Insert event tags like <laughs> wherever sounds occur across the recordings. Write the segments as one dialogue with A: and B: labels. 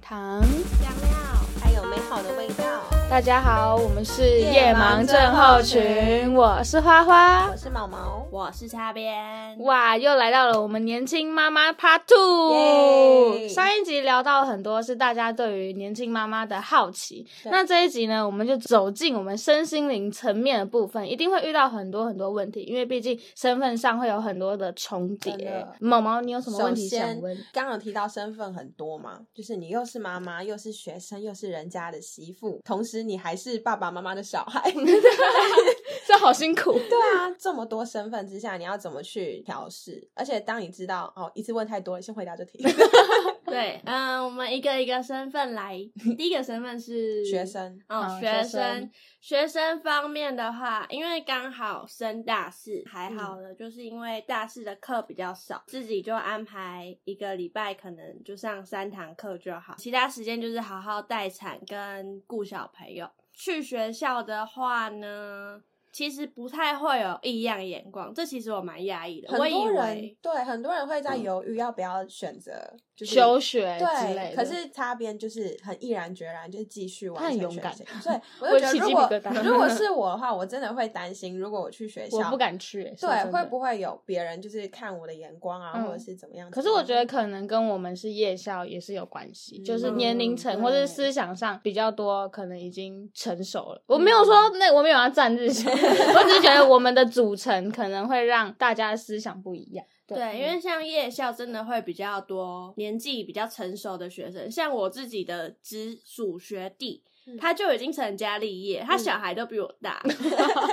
A: 糖。
B: 香料，还有美好的味道。
A: 大家好，我们是
B: 夜盲症候群
A: 我是花花
B: 我。是毛毛，我是擦边。
A: 哇，又来到了我们年轻妈妈 Part Two。
B: 耶
A: 上一集聊到很多是大家对于年轻妈妈的好奇，
B: 对
A: 那这一集呢，我们就走进我们身心灵层面的部分，一定会遇到很多很多问题，因为毕竟身份上会有很多的重叠
B: 真的。
A: 毛毛，你有什么
B: 首
A: 问题
B: 先
A: 想问？，
B: <laughs> 刚刚有提到身份很多嘛，就是你又是妈妈，又是学生，又是人家的媳妇，同时你还是爸爸妈妈的小孩。
A: 这好辛苦。
B: 对啊，这么多身份之下，你要怎么去调试？而且当你知道哦，一次问太多了，先回答这题。
C: <laughs> 对，嗯，我们一个一个身份来，第一个身份是
B: <laughs> 学，生，
C: 嗯，
A: 嗯
C: 学
A: 学生
C: 生，学生方面的话，因为刚好升大四，还好
B: 嗯
C: 呢，就是因为大四的课比较少，自己就安排一个礼拜可能就上三堂课就好，其他时间就是好好待产跟顾小朋友。去学校的话呢，其实不太会有异样眼光，这其实我蛮压抑的，
B: 很
C: 我以
B: 多人
C: 为。
B: 对很多人会在犹豫要不要选择，就
A: 嗯
B: 是
A: 休学之类的，
B: 对，可是擦边就是很毅然决然，就是继续完
A: 他
B: 成
A: 很
B: 学
A: 勇敢 <laughs>
B: 习所以我就觉
A: 我起
B: 得，
A: 鸡
B: 如
A: 皮疙瘩
B: 果如果
A: <laughs>
B: 是我的话，我真的会担心，如果我去学校，
A: 我不。敢去、欸，说
B: 对，
A: 真的
B: 会不会有别人就是看我的眼光啊，
A: 嗯
B: 或者是怎么样？
A: 可是我觉得可能跟我们是夜校也是有关系，就是年龄层
C: 嗯
A: 或是思想上比较多，可能已经成熟了。
C: 嗯
A: 我没有说那我没有要站日
C: <laughs>
A: 校，我只是觉得我们的组成可能会让大家的思想不一样。
C: 对，
A: <laughs>
C: 因为像夜校真的会比较多年纪比较成熟的学生，像我自己的直属学弟，
B: 嗯
C: 他就已经成家立业，他小孩都比我
B: <laughs>
C: 大，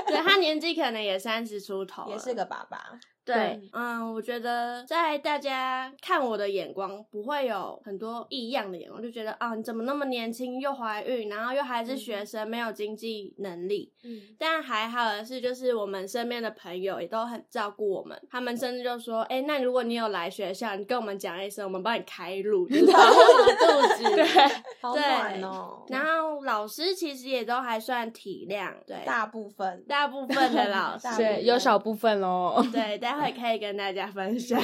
C: 对他年纪可能也三十出头了，
B: 也是个爸爸，
C: 对，嗯，我觉得在大家看我的眼光不会有很多异样的眼光，就觉得啊，你怎么那么年轻又怀孕，然后又还是学生，没有经济能力，
B: 嗯，
C: 但还好的是，就是我们身边的朋友也都很照顾我们，他们甚至就说：“哎、那如果你有来学校，你跟我们讲一声，我们帮你开路， <laughs> 就是保护我们肚子。”对。 <laughs>
B: 好
C: 对
B: 暖哦。
C: 然后老师其实也都还算体谅，对，大
B: 大
A: <laughs>
B: 部分
C: <laughs> 大部分的老师
B: 大，部分
A: 对有少部分喽。
C: 对，待会可以跟大家分 <laughs> 享。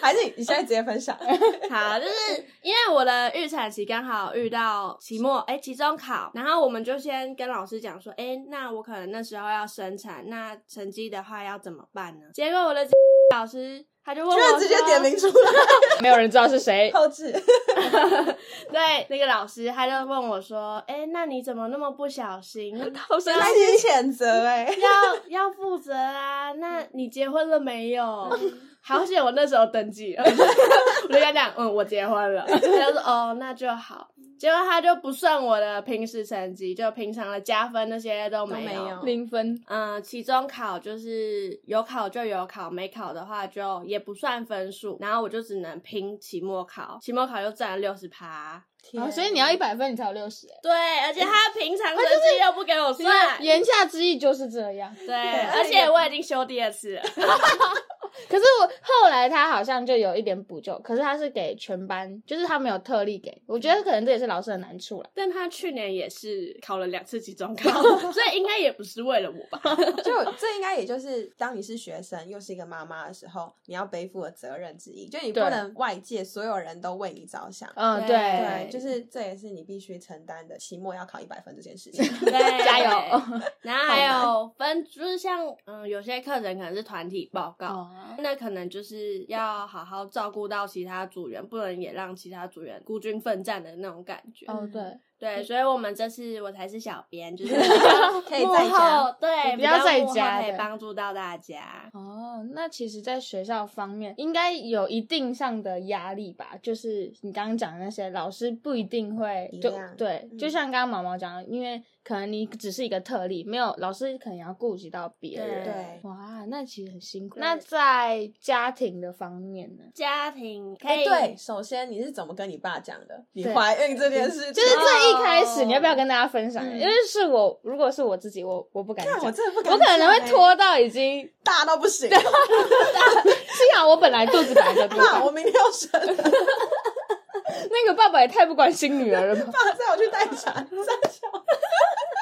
B: 还是你你现在直接
A: <laughs>
B: 分享，
C: <laughs> 好，就是因为我的预产期刚好遇到期末，哎、期中考，然后我们就先跟老师讲说，哎、那我可能那时候要生产，那成绩的话要怎么办呢？结果我的老师他就问
B: 居
C: 我说
B: 然直接点，名出来，
A: 没有人知道是
C: <laughs>
A: 谁。<laughs>
B: 后置。
C: 对，那个老师他就问我说，哎、那你怎么那么不小心？
A: 好生
B: 开始谴责哎、
C: 要 <laughs> 要负责啊！那你结婚了没有？好险，我那时候登记了，我就跟他讲，嗯，我结婚了。他就说，哦，那就好。结果他就不算我的平时成绩，就平常的加分那些都没有。
B: 没有
A: 零分，
C: 嗯，期中考就是有考就有考，没考的话就也不算分数。然后我就只能拼期末考，期末考又占了六十趴。
A: <laughs>
B: 天
A: 哦所以你要一百分你才有六十、欸。
C: 对，而且他平常成绩又不给我算。
A: 言下之意就是这样。
C: 嗯对，而且我已经修第二次了。
A: 可是我后来他好像就有一点补救，可是他是给全班，就是他没有特例给。我觉得可能这也是老师的难处啦。
C: 但他去年也是考了两次期中 <laughs> 考，所以应该也不是为了我吧？
B: 就这应该也就是当你是学生又是一个妈妈的时候，你要背负的责任之一，就你不
A: 对
B: 能外界所有人都为你着想。
A: 嗯，
C: 对
A: 对
B: 对，就是这也是你必须承担的，期末要考一百分这件事情。
C: <laughs> 对，
A: 加油！
C: 然后还有分，就是像嗯，有些课程可能是团体报告，
A: 哦，
C: 那可能就是要好好照顾到其他组员，不能也让其他组员孤军奋战的那种感
A: <laughs>
C: 觉。
A: 哦对，
C: 对，所以我们这次我才是小编，就是
B: 可以
C: 幕
B: 在家
C: 后对
A: 比较在
C: 幕后
A: 家
C: 可以
A: 的
C: 帮助到大家。
A: 哦，那其实，在学校方面应该有一定上的压力吧？就是你刚刚讲的那些老师不一定会
B: 一
A: 就
B: 样
A: 对，就
B: 嗯
A: 像刚刚毛毛讲的，因为可能你只是一个特例，没有老师可能要顾及到别人。
B: 对
A: 哇，那其实很辛苦。
C: 对
A: 那在家庭的方面呢？
C: 家庭可
B: 哎，
C: 以、
B: 对，首先你是怎么跟你爸讲的？你
A: 对
B: 怀孕这件事情，
A: 就是这一开始，你要不要跟大家分享？
B: 嗯
A: 因为是我，如果是我自己，我我不敢讲，
B: 看我真的不敢
A: 我可能
B: 讲
A: 会
B: 欸
A: 拖到已经，
B: 大到不行，
A: 幸好我本来肚子本来
B: <laughs>
A: 就
B: 爸，
A: 大
B: 我，明天要生了，
A: 那个爸爸也太不关心女儿了吧？
B: 爸载我去待产，三小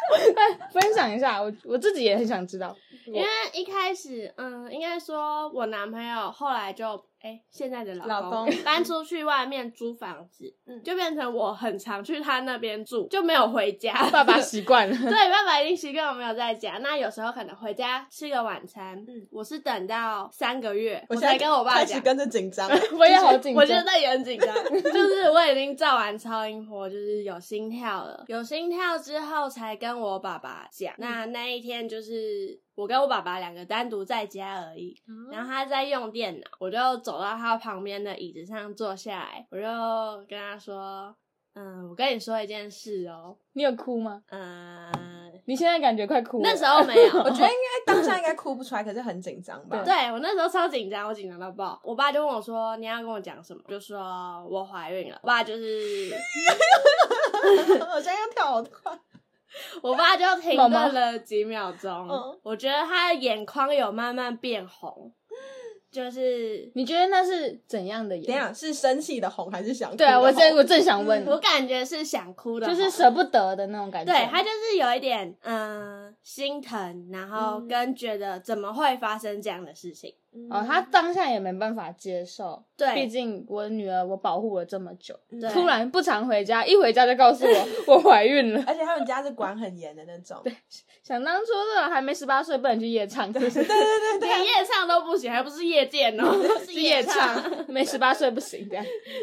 A: <laughs> 分享一下，我我自己也很想知道。
C: 因为一开始，嗯，应该说我男朋友后来就哎、现在的老
B: 老
C: 公
B: 公
C: 搬出去外面租房子，
B: 嗯
C: 就变成我很常去他那边住，就没有回
B: <laughs>
C: 家。
A: 爸爸习惯
C: <laughs> 对，
A: 了，
C: 爸爸已经习惯我没有在家。那有时候可能回家吃个晚餐，
B: 嗯
C: 我是等到三个月我
B: 我现在
C: 才跟我爸
B: 开始
C: 讲。
B: 跟着紧张，
A: <laughs> 我也好紧
C: 我觉
A: 张。
C: 得也很紧张， <laughs> 就是我已经照完超音波，就是有心跳了，有心跳之后才跟我爸爸讲。那
A: 嗯
C: 那一天就是我跟我爸爸两个单独在家而已，
A: 哦
C: 然后他在用电脑，我就走到他旁边的椅子上坐下来，我就跟他说：“嗯，我跟你说一件事哦，
A: 你有哭吗？ <laughs>
C: 嗯，
A: 你现在感觉快哭了？
C: 那时候没有，
B: 我觉得应该当下应该哭不出来，可是很紧张吧？
C: 对我那时候超紧张，我紧张到爆。我爸就问我说：“你要跟我讲什么？”就说我怀孕了。我爸就是，
B: 我现在要跳好快，
C: 我爸就停
A: 妈妈
C: 顿了几秒钟。
B: 嗯
C: 我觉得他的眼眶有慢慢变红，
A: <laughs>
C: 就是
A: 你觉得那是怎样的
B: 怎
A: 眼？
B: 样是生气的红还是想哭的
A: 对啊，
B: 红？
A: 我正我正想问你，
C: 嗯我感觉是想哭的
A: 就
C: 红，
A: 是舍不得的那种感觉。
C: 对他就是有一点嗯、心疼，然后
A: 嗯
C: 跟觉得怎么会发生这样的事情。
B: 嗯
A: 哦，他当下也没办法接受，毕
C: 对，
A: 竟我女儿我保护了这么久，
B: 嗯
C: 对
A: 突然不常回家，一回家就告诉
C: <laughs>
A: 我我怀孕了。
B: 而且他们家是管很严的那种，对
A: 想当初这种还没十八岁不能去夜 <laughs> 唱，是不是？
B: 对对对，
C: 连夜唱都不行，还不是夜
A: <laughs>
C: 店哦，是
A: 去唱，没十八岁不行的。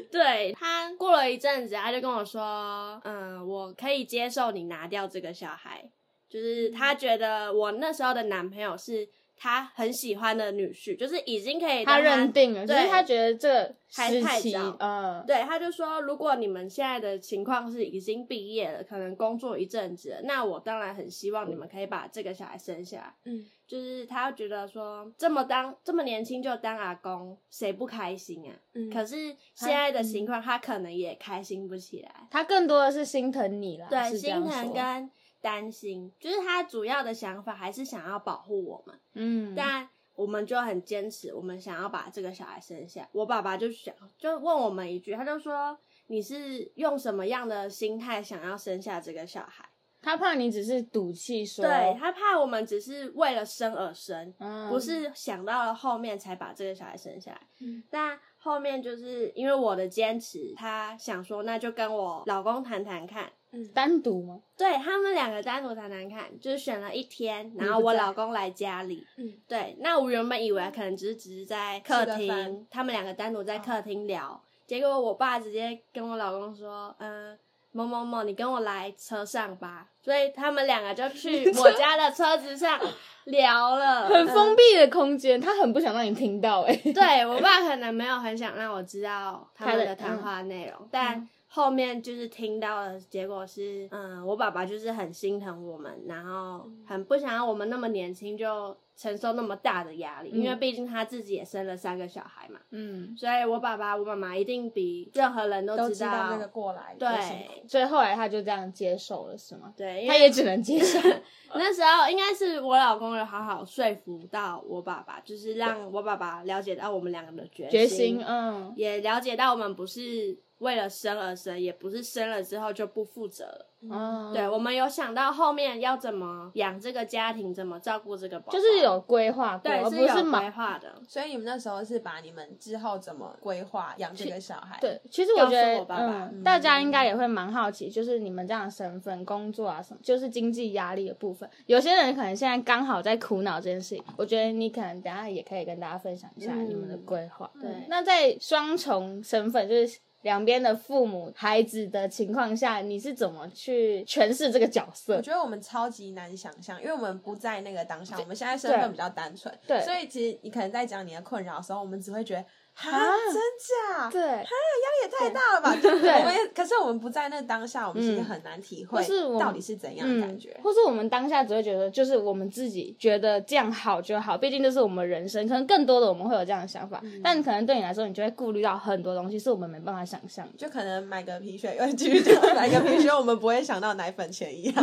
C: 对他过了一阵子，他就跟我说：“嗯，我可以接受你拿掉这个小孩，就是
A: 嗯
C: 他觉得我那时候的男朋友是他很喜欢的女婿，就是已经可以
A: 他
C: 当
A: 认定了，只
C: <laughs> 对
A: 是他觉得这个
C: 还
A: 时
C: 太
A: 期
C: 早，
A: 嗯，
C: 对，他就说，如果你们现在的情况是已经毕业了，可能工作一阵子了，那我当然很希望你们可以把这个小孩生下来。
B: 嗯，
C: 就是他觉得说，这么当这么年轻就当阿公，谁不开心啊？
A: 嗯
C: 可是现在的情况，他可能也开心不起来。
A: 他更多的是心疼你啦，
C: 对，
A: 是这样
C: 心疼
A: 说
C: 跟担心，就是他主要的想法还是想要保护我们，
A: 嗯，
C: 但我们就很坚持，我们想要把这个小孩生下。我爸爸就想，就问我们一句，他就说：“你是用什么样的心态想要生下这个小孩
A: 他怕你只是赌气？”说，
C: 对，他怕我们只是为了生而生，
A: 嗯，
C: 不是想到了后面才把这个小孩生下来。
B: 嗯
C: 但后面就是因为我的坚持，他想说那就跟我老公谈谈看。
A: 单独吗？
C: 对他们两个单独谈谈看，就是选了一天，
B: 你
C: 然后
B: 不
C: 我
B: 在
C: 老公来家里。
B: 嗯，
C: 对，那我原本以为可能只是只是在客
B: 吃个饭哦
C: 厅，他们两个单独在客厅聊，结果我爸直接跟我老公说，嗯。某某某，你跟我来车上吧。所以他们两个就
B: <laughs>
C: 去我家的车子上聊了。
A: 很封闭的空间，他很不想让你听到，哎，
C: <laughs> 对我爸可能没有很想让我知道他们的谈话内容，但后面就是听到的结果是，嗯，我爸爸就是很心疼我们，然后很不想让我们那么年轻就承受那么大的压力，
A: 嗯
C: 因为毕竟他自己也生了三个小孩嘛，
A: <laughs> 嗯，
C: 所以我爸爸、我妈妈一定比任何人都
B: 都
C: 知
B: 知道这个过来，多辛苦
C: 对
A: 所以后来他就这样接受了，是吗？
C: 对，因
A: 他
C: 为
A: 也只能接
C: <laughs>
A: 受，
C: 那时候应该是我老公有好好说服到我爸爸，就是让我爸爸了解到我们两个的
A: 决心，嗯，
C: 也了解到我们不是为了生而生，也不是生了之后就不负责了。
A: 嗯，
C: 对，我们有想到后面要怎么养这个家庭，怎么照顾这个宝宝，
A: 就是有规划过，
C: 对
A: 而不
C: 是
A: 是
C: 有规
A: 盲。
C: 划的。
B: 所以你们那时候是把你们之后怎么规划养这个小孩？，
A: 对，其实我觉
C: 告
A: 得，
C: 诉我爸爸
A: 嗯，
B: 嗯
A: 大家应该也会蛮好奇，就是你们这样的身份、工作啊什么，就是经济压力的部分。有些人可能现在刚好在苦恼这件事情，我觉得你可能等一下也可以跟大家分享一下
C: 嗯
A: 你们的规划。
C: 对
A: 那在双重身份，就是两边的父母、孩子的情况下，你是怎么去诠释这个角
B: 我
A: 色？
B: 觉得我们超级难想象，因为我们不在那个当下，我们现在身份比较单纯，
A: 对
B: 所以其实你可能在讲你的困扰的时候，我们只会觉得。哈，
A: 啊
B: 真假？
A: 对，
B: 也太大了吧！对
A: 对
B: 我们也，可是我们不在那当下，我们其实
A: 嗯
B: 很难体
A: 或
B: 会
A: 是我们嗯
B: 到底是怎样的感觉。
A: 或是我们当下只会觉得，就是我们自己觉得这样好就好，毕竟这是我们人生。可能更多的我们会有这样的想法，
B: 嗯
A: 但可能对你来说，你就会顾虑到很多东西是我们没办法想象的。
B: 就可能买个皮靴，又继 <laughs> 续讲买个皮靴，我们不会想到奶粉钱一样。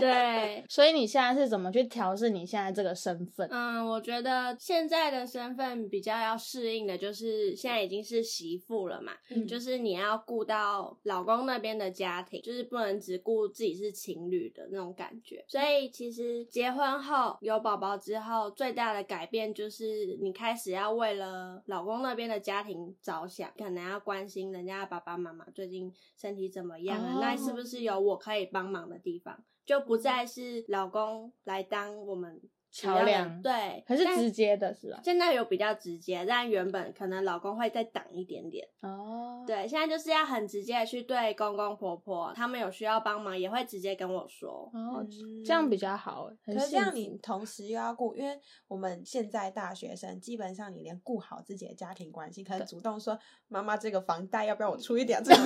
C: 对，
A: 所以你现在是怎么去调试你现在这个身份？
C: 嗯，我觉得现在的身份比较要适应的就是是现在已经是媳妇了嘛，
B: 嗯
C: 就是你要顾到老公那边的家庭，就是不能只顾自己是情侣的那种感觉。所以其实结婚后有宝宝之后，最大的改变就是你开始要为了老公那边的家庭着想，可能要关心人家的爸爸妈妈最近身体怎么样啊，
A: 哦
C: 那是不是有我可以帮忙的地方？就不再是老公来当我们主要的
A: 桥梁
C: 对，
A: 还是
C: 但
A: 直接的是吧？
C: 现在有比较直接，但原本可能老公会再挡一点点。
A: 哦，
C: 对，现在就是要很直接的去对公公婆婆，他们有需要帮忙也会直接跟我说。
A: <laughs> 哦，
B: 嗯
A: 这样比较好欸，很
B: 可是这样
A: 幸
B: 你
A: 福
B: 同时又要顾，因为我们现在大学生基本上你连顾好自己的家庭关系，可能主动说妈妈这个房贷要不要
A: 嗯
B: 我出一
A: <laughs>
B: 点，这个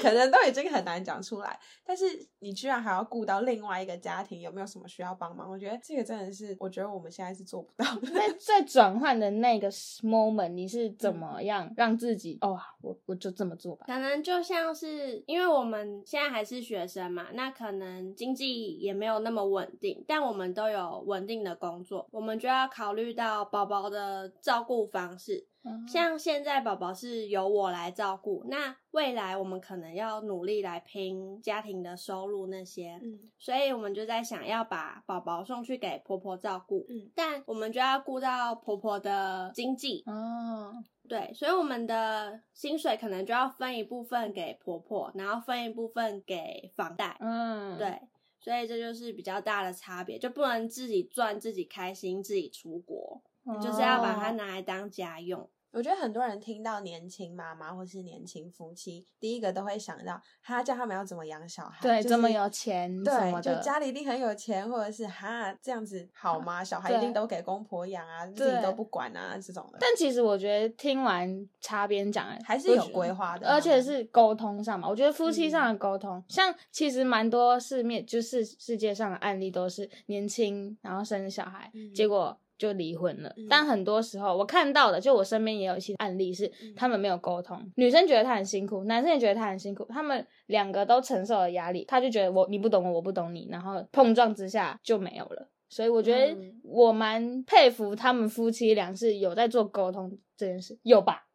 B: 可能都已经很难讲出来。但是你居然还要顾到另外一个家庭有没有什么需要帮忙，我觉得这个真的是，我觉得我们现在是做不到的。
A: <laughs> 在在转换的那个 moment，你是怎么样让自己、
B: 嗯
A: 哦，我我就这么做吧。
C: 可能就像是因为我们现在还是学生嘛，那可能经济也没有那么稳定，但我们都有稳定的工作，我们就要考虑到宝宝的照顾方式。
B: 哦
C: 像现在宝宝是由我来照顾，那未来我们可能要努力来拼家庭的收入那些，
B: 嗯
C: 所以我们就在想要把宝宝送去给婆婆照顾，
B: 嗯
C: 但我们就要顾到婆婆的经济，
A: 哦，
C: 对，所以我们的薪水可能就要分一部分给婆婆，然后分一部分给房贷，
A: 嗯，
C: 对，所以这就是比较大的差别，就不能自己赚自己开心，自己出国，
A: 哦，
C: 就是要把它拿来当家
B: <laughs>
C: 用。
B: 我觉得很多人听到年轻妈妈或是年轻夫妻，第一个都会想到，他叫他们要怎么养小孩，
A: 对
B: 就是
A: 这么有钱什么
B: 对，
A: 的
B: 就家里一定很有钱，或者是哈这样子好吗？小孩一定
A: 对
B: 都给公婆养啊，自
A: 对
B: 己都不管啊，这种的。
A: 但其实我觉得听完擦边讲，哎
B: 还是
A: 我
B: 有
A: 觉得
B: 规划的啊嗯
A: 而且
B: 嘛
A: 是沟通上嘛。我觉得夫妻上的沟通，像其实蛮多世面，就是世界上的案例都是年轻，然后生小孩，
B: 嗯
A: 结果。就离婚了，
B: 嗯
A: 但很多时候我看到的，就我身边也有一些案例是
B: 嗯
A: 他们没有沟通，女生觉得她很辛苦，男生也觉得她很辛苦，他们两个都承受了压力，他就觉得我你不懂我，我不懂你，然后碰撞之下就没有了。所以我觉得
C: 嗯
A: 我蛮佩服他们夫妻俩是有在做沟通这件事，有吧？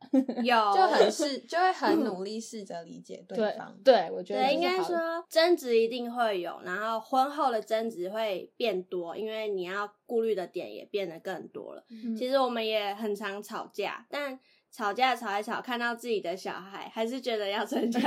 C: 有
B: 就很试，就会很努力试着理解对方。
A: 对，我觉得
C: 对，应
A: 这是好
C: 该
A: 的
C: 说争执一定会有，然后婚后的争执会变多，因为你要顾虑的点也变得更多了。
A: 嗯
C: 其实我们也很常吵架，但吵架吵一吵，看到自己的小孩，还是觉得要
A: <laughs>
C: 争吵。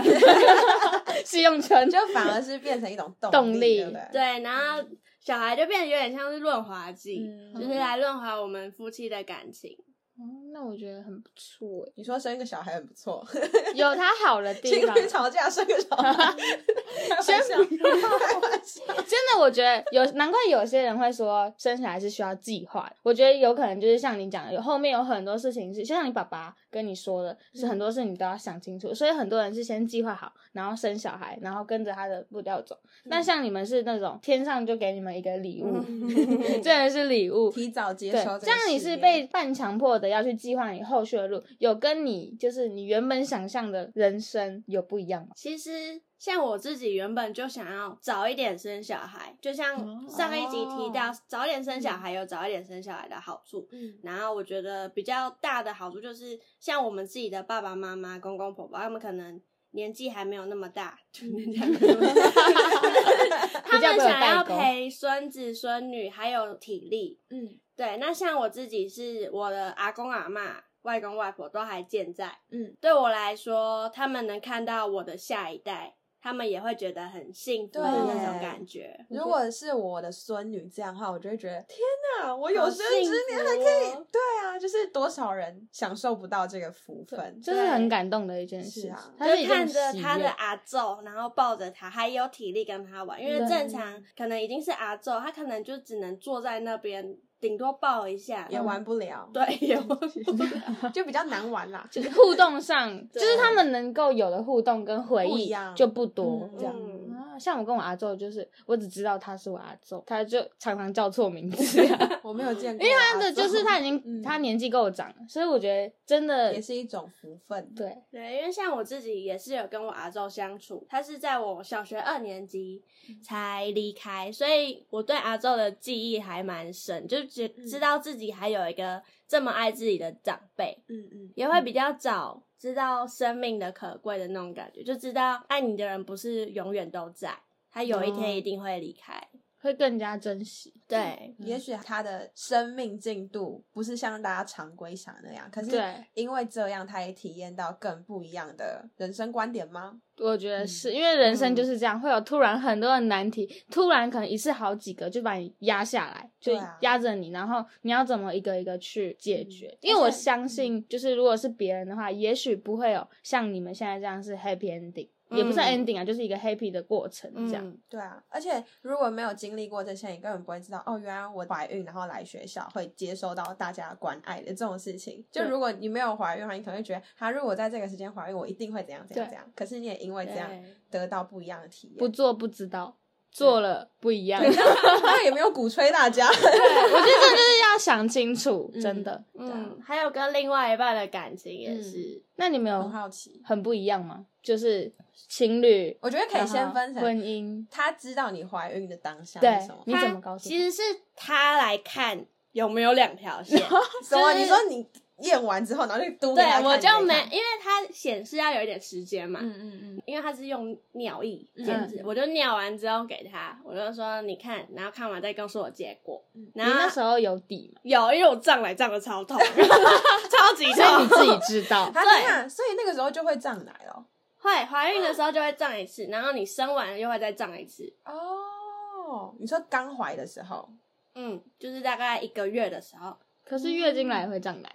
A: 试用圈
B: 就反而是变成一种动
A: 动力
B: 力，对不对？
C: 对，然后
A: 嗯
C: 小孩就变得有点像是润滑剂，
B: 嗯
C: 就是来润滑我们夫妻的感情。
A: 哦那我觉得很不错诶，
B: 你说生一个小孩很不错，
A: 有他好的
C: <laughs>
B: <laughs>
A: 地
B: 情
A: 方。
B: 侣吵架生个
A: <laughs>
B: 小孩，开玩笑，开玩笑。
A: 真的，我觉得有难怪有些人会说生小孩是需要计划的。我觉得有可能就是像你讲的，有后面有很多事情是，就像你爸爸跟你说的，是很多事你都要想清楚。所以很多人是先计划好，然后生小孩，然后跟着他的步调走。
C: 嗯
A: 那像你们是那种天上就给你们一个礼
C: <laughs>
A: 物， <laughs> 真的是礼物，
B: <laughs> 提早接
A: 对，
B: 收，
A: 这样你是被半强迫的要去计划你后续的路，有跟你就是你原本想象的人生有不一样吗？
C: 其实像我自己原本就想要早一点生小孩，就像上一集提
A: 哦
C: 到，早点生
A: 嗯
C: 小孩有早一点生小孩的好处。
B: 嗯
C: 然后我觉得比较大的好处就是，像我们自己的爸爸妈妈、公公婆婆，他们可能年纪还没有那
A: <laughs>
C: 么大，就能讲那么 <laughs> 大他
A: 比较
C: 们
A: 不有
C: 想要
A: 代沟
C: 陪孙子孙女还有体力。
B: 嗯
C: 对，那像我自己是我的阿公阿妈、外公外婆都还健在，
B: 嗯，
C: 对我来说，他们能看到我的下一代，他们也会觉得很幸福的
B: 对
C: 那种感觉。
A: 嗯
B: 如果是我的孙女这样的话，我就会觉得天哪，我有
C: 好
B: 生
C: 幸
B: 之年还
C: 福
B: 可以，
C: 哦
B: 对啊，就是多少人享受不到这个福分，
A: 就是很感动的一件事
B: 是
A: 情
B: 啊，
A: 它是一
C: 就
A: 种
C: 看着
A: 喜
C: 他的
A: 悦
C: 阿昼，然后抱着他，还有体力跟他玩，因为
A: 对
C: 正常可能已经是阿昼，他可能就只能坐在那边，顶多抱一下，
A: 嗯
B: 也玩不了，
C: <laughs> 对，也玩不了。
B: 就比较难玩啦。
A: <laughs> 就是互动
B: <laughs>
A: 上，就
C: 对
A: 是他们能够有的互动跟回
B: 不一
A: 忆
B: 样
A: 就不多
B: 嗯
A: 这样。
C: 嗯
A: 啊，像我跟我阿昼，就是我只知道他是我阿昼，他就常常叫错名字、
B: 我没有见过
A: 因
B: 啊，
A: 为他的就是他已经、
B: 嗯
A: 他年纪够长了，所以我觉得真的
B: 也是一种福分。
A: 对，
C: 对，因为像我自己也是有跟我阿昼相处，他是在我小学
B: 嗯
C: 二年级才离开，所以我对阿昼的记忆还蛮深，就是觉
B: 嗯
C: 知道自己还有一个这么爱自己的长辈，
B: 嗯嗯，
C: 也会比较早知道生命的可贵的那种感觉，就知道爱你的人不是永远都在，他有一
B: 哦
C: 天一定会离开。
A: 会更加珍惜。
C: 对，
A: 嗯
B: 也许他的生命进度不是像大家常规想的那样，可是
A: 对，
B: 因为这样，他也体验到更不一样的人生观点吗？
A: 我觉
B: 嗯
A: 得是因为人生就是这样，会有突然很多的难题，突然可能一次好几个就把你压下来，就
B: 对啊
A: 压着你，然后你要怎么一个一个去解决？
B: 嗯
A: 因为我
B: 而且
A: 相信，就是如果是别人的话，也许不会有像你们现在这样是 happy ending，、
C: 嗯
A: 也不是 ending 啊，就是一个 happy 的过程这样。
C: 嗯，
B: 对啊，而且如果没有经历过这些，你根本不会知道哦，原来我怀孕然后来学校会接收到大家关爱的这种事情。就
A: 对
B: 如果你没有怀孕的话，你可能会觉得，哈，如果我在这个时间怀孕，我一定会怎样怎样
A: 对
B: 怎样。可是你也因为这样
C: 对
B: 得到不一样的体验。
A: 不做不知道，做了不一样。
B: 对， <laughs> 那也没有鼓吹大家。
A: 我觉得这就是要想清楚，
B: 嗯
A: 真的。
C: 嗯，还有跟另外一半的感情也是，
A: 那你们
B: <laughs> 很
A: 有
B: 好奇，
A: 很不一样吗？就是情侣，
B: 我觉得可以先分
A: 然后婚
B: 成
A: 姻，
B: 他知道你怀孕的当下
A: 对
B: 是什么，。
A: 你
C: 他
A: 怎么告诉
C: 其
A: 他？
C: 实是他来看有没有两
A: <laughs>
C: 条线，
B: 什么？
C: 就是
B: 你说你验完之后，然后就嘟给他
C: 对
B: 看
C: 我就没，因
B: 给
C: 为他显示要有一点时间嘛
B: 他看。嗯嗯嗯，
C: 因为他是用尿液
B: 嗯，
C: 检制，我就尿完之后给他，我就说你看，然后看完再告诉我结果。
A: 嗯
C: 然
A: 你
C: 后
A: 那时候有底吗？
C: 有，因为我胀来胀的
A: <laughs>
C: 超痛，超级
A: 所以你
C: 痛。
A: 自己知道
B: 他
C: 对
B: 看，所以那个时候就会胀奶了。
C: <laughs> 会怀孕的时候就会胀一次，然后你生完又会再胀一次。
B: 哦，你说刚怀的时候，
C: 嗯，就是大概一个月的时候，
A: 可是月经来会胀奶，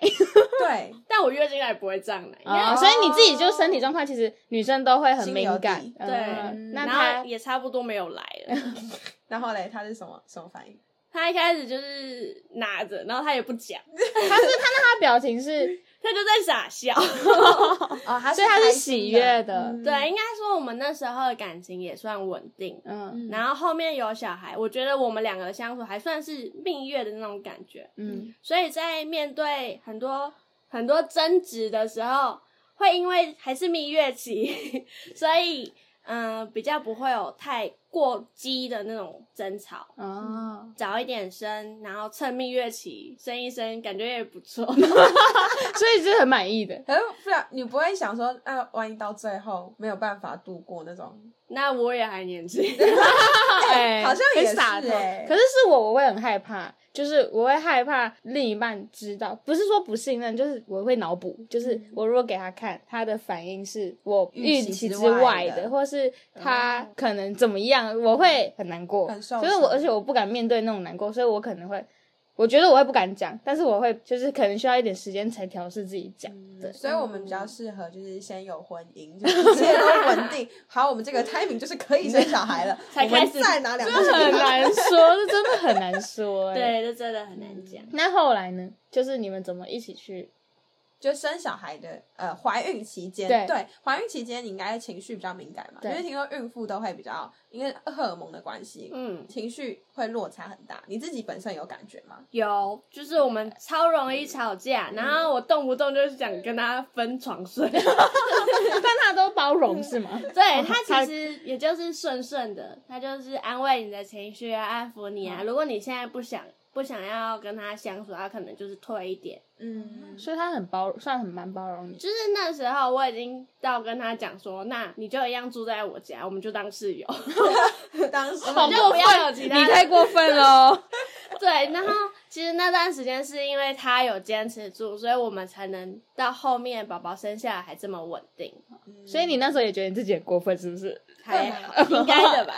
B: 对，
C: 但我月经来不会胀奶，因为
B: 嗯
A: 哦，所以你自己就身体状况，其实女生都会很敏感
B: 心。
C: 有底
A: 嗯
B: 对
A: 那
C: 然后
A: 他
C: 也差不多没有来了。
B: 然后嘞，他是什么什么反应？
C: 他一开始就是拿着，然后他也不讲，
A: 他是他那他表情是，
C: 他就在傻笑。 <laughs>
B: 哦，他
A: 所以他是
B: 开
A: 喜
B: 心
A: 悦的，
B: 嗯
C: 对，应该说我们那时候的感情也算稳定，
A: 嗯
B: 嗯
C: 然后后面有小孩，我觉得我们两个相处还算是蜜月的那种感觉，
A: 嗯，
C: 所以在面对很多很多争执的时候，会因为还是蜜月期， <laughs> 所以嗯、呃比较不会有太过激的那种争吵。
A: 哦，
C: 早一点生，然后趁蜜月期生一生，感觉也不错。 <laughs>
A: 所以是很满意的。
B: 可是不然，你不会想说，啊，万一到最后没有办法度过那种，
C: 那我也还年轻，
A: 哎
B: <laughs> 好像也
A: 很洒脱
B: 是欸。
A: 可是是我，我会很害怕，就是我会害怕另一半知道，不是说不信任，就是我会脑补，就是我如果给他看，他的反应是我预
B: 预
A: 期
B: 期
A: 之
B: 之
A: 外
B: 外
A: 的，
B: 的
A: 或是他可能怎么样，我会嗯很难过，
B: 很受
A: 所以我
B: 伤
A: 而且我不敢面对那种难过，所以我可能会。我觉得我会不敢讲，但是我会就是可能需要一点时间才调试自己讲。对，
B: 嗯所以我们比较适合就是先有婚姻，就是一切都稳定。好，我们这个 timing 就是可以生小孩了，
C: 才
B: 我们
C: 开始
B: 再拿两
A: 这
B: 个小
A: 很
B: 孩。
A: 难说，这真的很难说、欸。，
C: <laughs> 对，这真的很难讲。
A: 那后来呢？就是你们怎么一起 <laughs> 去
B: 就生小孩的呃怀孕期间，
A: 对
B: 对怀孕期间你应该情绪比较敏感嘛，因
A: 对
B: 为听说孕妇都会比较因为荷尔蒙的关系，
C: 嗯，
B: 情绪会落差很大。你自己本身有感觉吗？
C: 有，就是我们超容易吵架，然后我动不动就是想跟他分床睡。 <laughs>
A: 但他都包容是吗？
C: 对他其实也就是顺顺的，他就是安慰你的情绪啊，安抚你啊。如果你现在不想不想要跟他相处，他可能就是退一点。
B: 嗯，
A: 所以他很包，算很蛮包容你。
C: 就是那时候我已经到跟他讲说，那你就一样住在我家，我们就当室友，
B: 嗯当
A: <laughs>
B: 时
C: 我们就不要有其他人。
A: 过分喽！
C: <laughs> 对，然后其实那段时间是因为他有坚持住，所以我们才能到后面宝宝生下来还这么稳定。
A: <laughs>
B: 嗯
A: 所以你那时候也觉得你自己很过分，是不是？
C: <laughs> 还好，应该 <laughs> 的吧？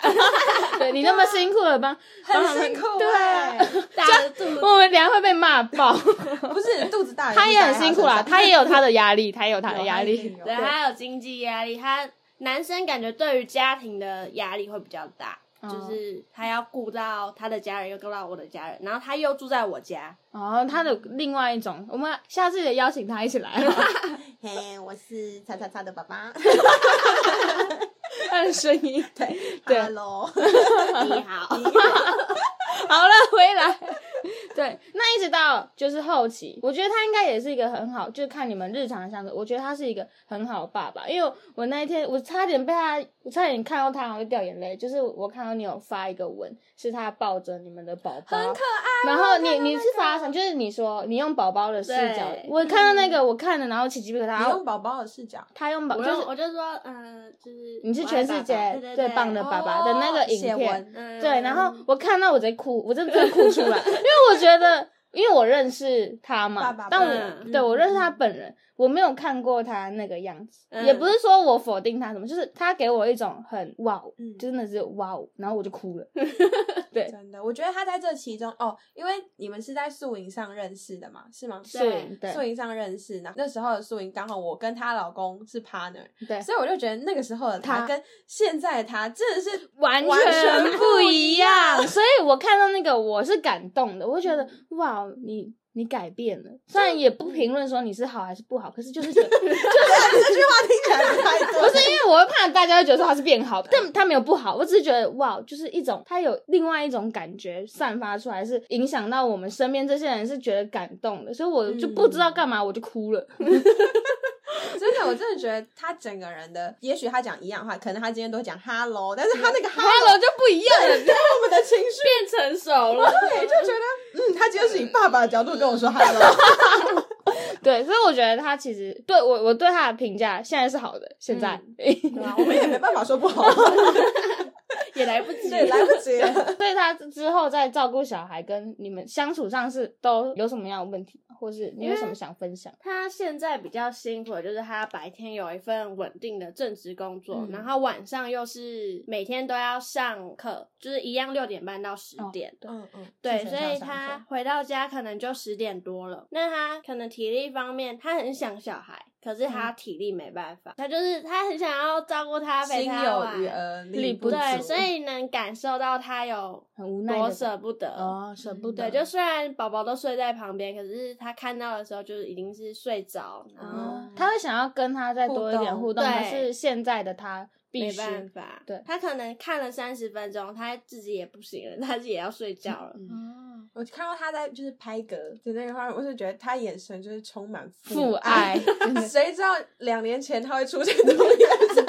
A: 对你那么辛苦的帮，帮他
B: 很
A: 们
B: 辛苦、欸，
A: 对啊，
C: 大家肚子
A: 我们等一下会被骂 <laughs> 爆。
B: 不是肚子大，
A: 他也很辛苦啦，他也有他的压力，他也有他
B: 有
A: 的压力。，
C: 对，还有经济压力，他男生感觉对于家庭的压力会比较大，
A: 哦
C: 就是他要顾到他的家人，又顾到我的家人，然后他又住在我家， <laughs>
A: 哦，他的另外一种，我们下次也邀请他一起来，啊
B: 嘿，我是叉叉叉的爸爸，
A: <laughs> 他的声音。
B: <laughs> 对
A: 对 <laughs>
B: ，Hello，
C: 你好，
A: 好了，回来。对，那 <laughs> 那一直到就是后期，我觉得他应该也是一个很好，就是看你们日常的相处。我觉得他是一个很好的爸爸，因为我那一天我差点被他，我差点看到他我就掉眼泪。就是我看到你有发一个文，是他抱着你们的宝宝，
C: 很可爱。啊
A: 然后你
C: 看到
A: 你
C: 那
A: 是
C: 个
A: 发什么？就是你说你用宝宝的视角
C: 对，
A: 我看到那个我看了，然后起鸡皮疙瘩。
B: 你
A: 然后
B: 用宝宝的视角，
A: 他用宝
C: 我
A: 就
C: 就是我就说，嗯、就是
A: 你是
C: 我爱
A: 全
C: 爸
A: 世
C: 爸
A: 界
C: 对对
A: 最
C: 对
A: 棒的爸
C: 哦
A: 爸的那个影
B: 写
A: 片。
B: 文，
C: 嗯
A: 对，然后我看到我直接哭，我真的真的哭出
C: <laughs>
A: 来，因为我觉得，因为我认识他嘛，
B: 爸爸
A: 但
C: 本
A: 我、
C: 人
A: 对
C: 嗯
A: 我认识他本人，我没有看过他那个样子，
C: 嗯
A: 也不是说我否定他什么，就是他给我一种很哇哦，
B: 嗯
A: 真的是哇哦，然后我就哭了。对
B: 真的，我觉得他在这其中哦，因为你们是在宿营上认识的嘛，是吗？
A: 素影，对
B: 宿营上认识，然后那时候的宿营刚好我跟她老公是 partner，
A: 对，
B: 所以我就觉得那个时候的
A: 他
B: 她跟现在的她真 <laughs> 的是
A: 完
B: 完全
C: 嗯
A: 全 <laughs> 不一
C: <laughs>
A: 样。所以我看到那个我是感动的，我会觉得哇，哦你你改变了。虽然也不评论说你是好还是不好，可是就是觉得
B: 这句话听起来不太对，
A: 不是因为我会怕大家会觉得说他是变好的，但他没有不好，我只是觉得哇，就是一种他有另外一种感觉散发出来，是影响到我们身边这些人是觉得感动的，所以我就不知道干嘛我就哭了。
B: 真的，我真的觉得他整个人的，也许他讲一样话，可能他今天都讲 hello，但是他那个
A: 哈
B: hello
A: 喽就不一样了，
B: 我们的情绪，
C: 变成熟了，
B: 对，就觉得嗯，他今天是以爸爸的角度跟我说 hello，
A: 对，所以我觉得他其实对我我对他的评价现在是好的，现在。
C: 嗯
B: 对 <laughs> 啊我们也没办法说不好，嗯
C: 也来不及，
B: <laughs> 对，来不及了。
A: <laughs> 所以他之后在照顾小孩跟你们相处上是都有什么样的问题吗，或是你有什么想分享？
C: 他现在比较辛苦，的就是他白天有一份稳定的正职工作，
B: 嗯
C: 然后晚上又是每天都要上课，就是一样六点半到十
A: 哦
C: 点。
B: 嗯嗯，
C: 对，
B: 去
C: 所
B: 学校
C: 以
B: 上
C: 他
B: 课
C: 回到家可能就十点多了。那他可能体力方面，他很想小孩，可是
B: 嗯
C: 他体力没办法，他就是他很想要照顾他，陪
B: 心
C: 他玩
B: 有余而力
A: 不
C: 对，
A: 足
C: 所以能感受到他有
A: 很无奈的
C: 多舍不得。
A: 哦，舍不得，
C: 对，就虽然宝宝都睡在旁边，可是他看到的时候就是已经是睡着，然后
B: 哦
A: 他会想要跟他再多一点
B: 互
A: 互动，
C: 对
A: 可是现在的他必
C: 没
A: 须嗯
C: 办法。
A: 对
C: 他可能看了三十分钟，他自己也不行了，他自己也要睡觉了。
B: 嗯
A: 哦
B: 我看到他在就是拍嗝的那个画面，我就觉得他眼神就是充满
A: 父爱。真的
B: <laughs> 谁知道两年前他会出现这种眼 <laughs> 神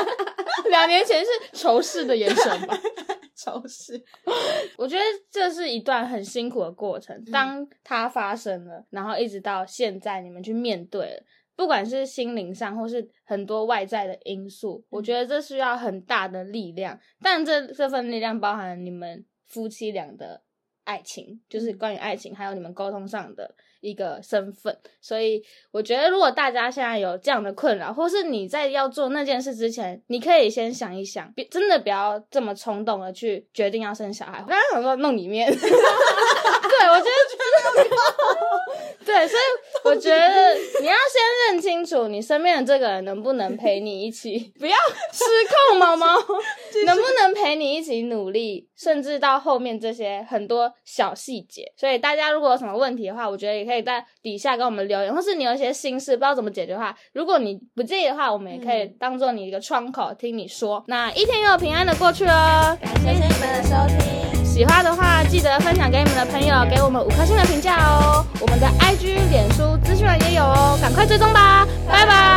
A: 两年前是仇视的眼神吧？
B: 仇视？
A: 我觉得这是一段很辛苦的过程。当它发生了，然后一直到现在，你们去面对了，不管是心灵上或是很多外在的因素，我觉得这需要很大的力量。但这这份力量包含了你们夫妻俩的爱情，就是关于爱情，还有你们沟通上的一个身份。所以我觉得，如果大家现在有这样的困扰，或是你在要做那件事之前，你可以先想一想，别真的不要这么冲动的去决定要生小孩。我刚刚想说弄里面， <laughs> 对我觉得对，所以我觉得你要先认清楚你身边的这个人能不能陪你一起，不要失控，毛毛能不能陪你一起努力，甚至到后面这些很多小细节。所以大家如果有什么问题的话，我觉得也可以在底下跟我们留言，或是你有一些心事不知道怎么解决的话，如果你不介意的话，我们也可以当做你一个窗口听你说。那一天又平安的过去喽。
C: 感谢你们的收听。
A: 喜欢的话，记得分享给你们的朋友，给我们五颗星的评价哦。我们的 IG、脸书资讯栏也有哦，赶快追踪吧，拜拜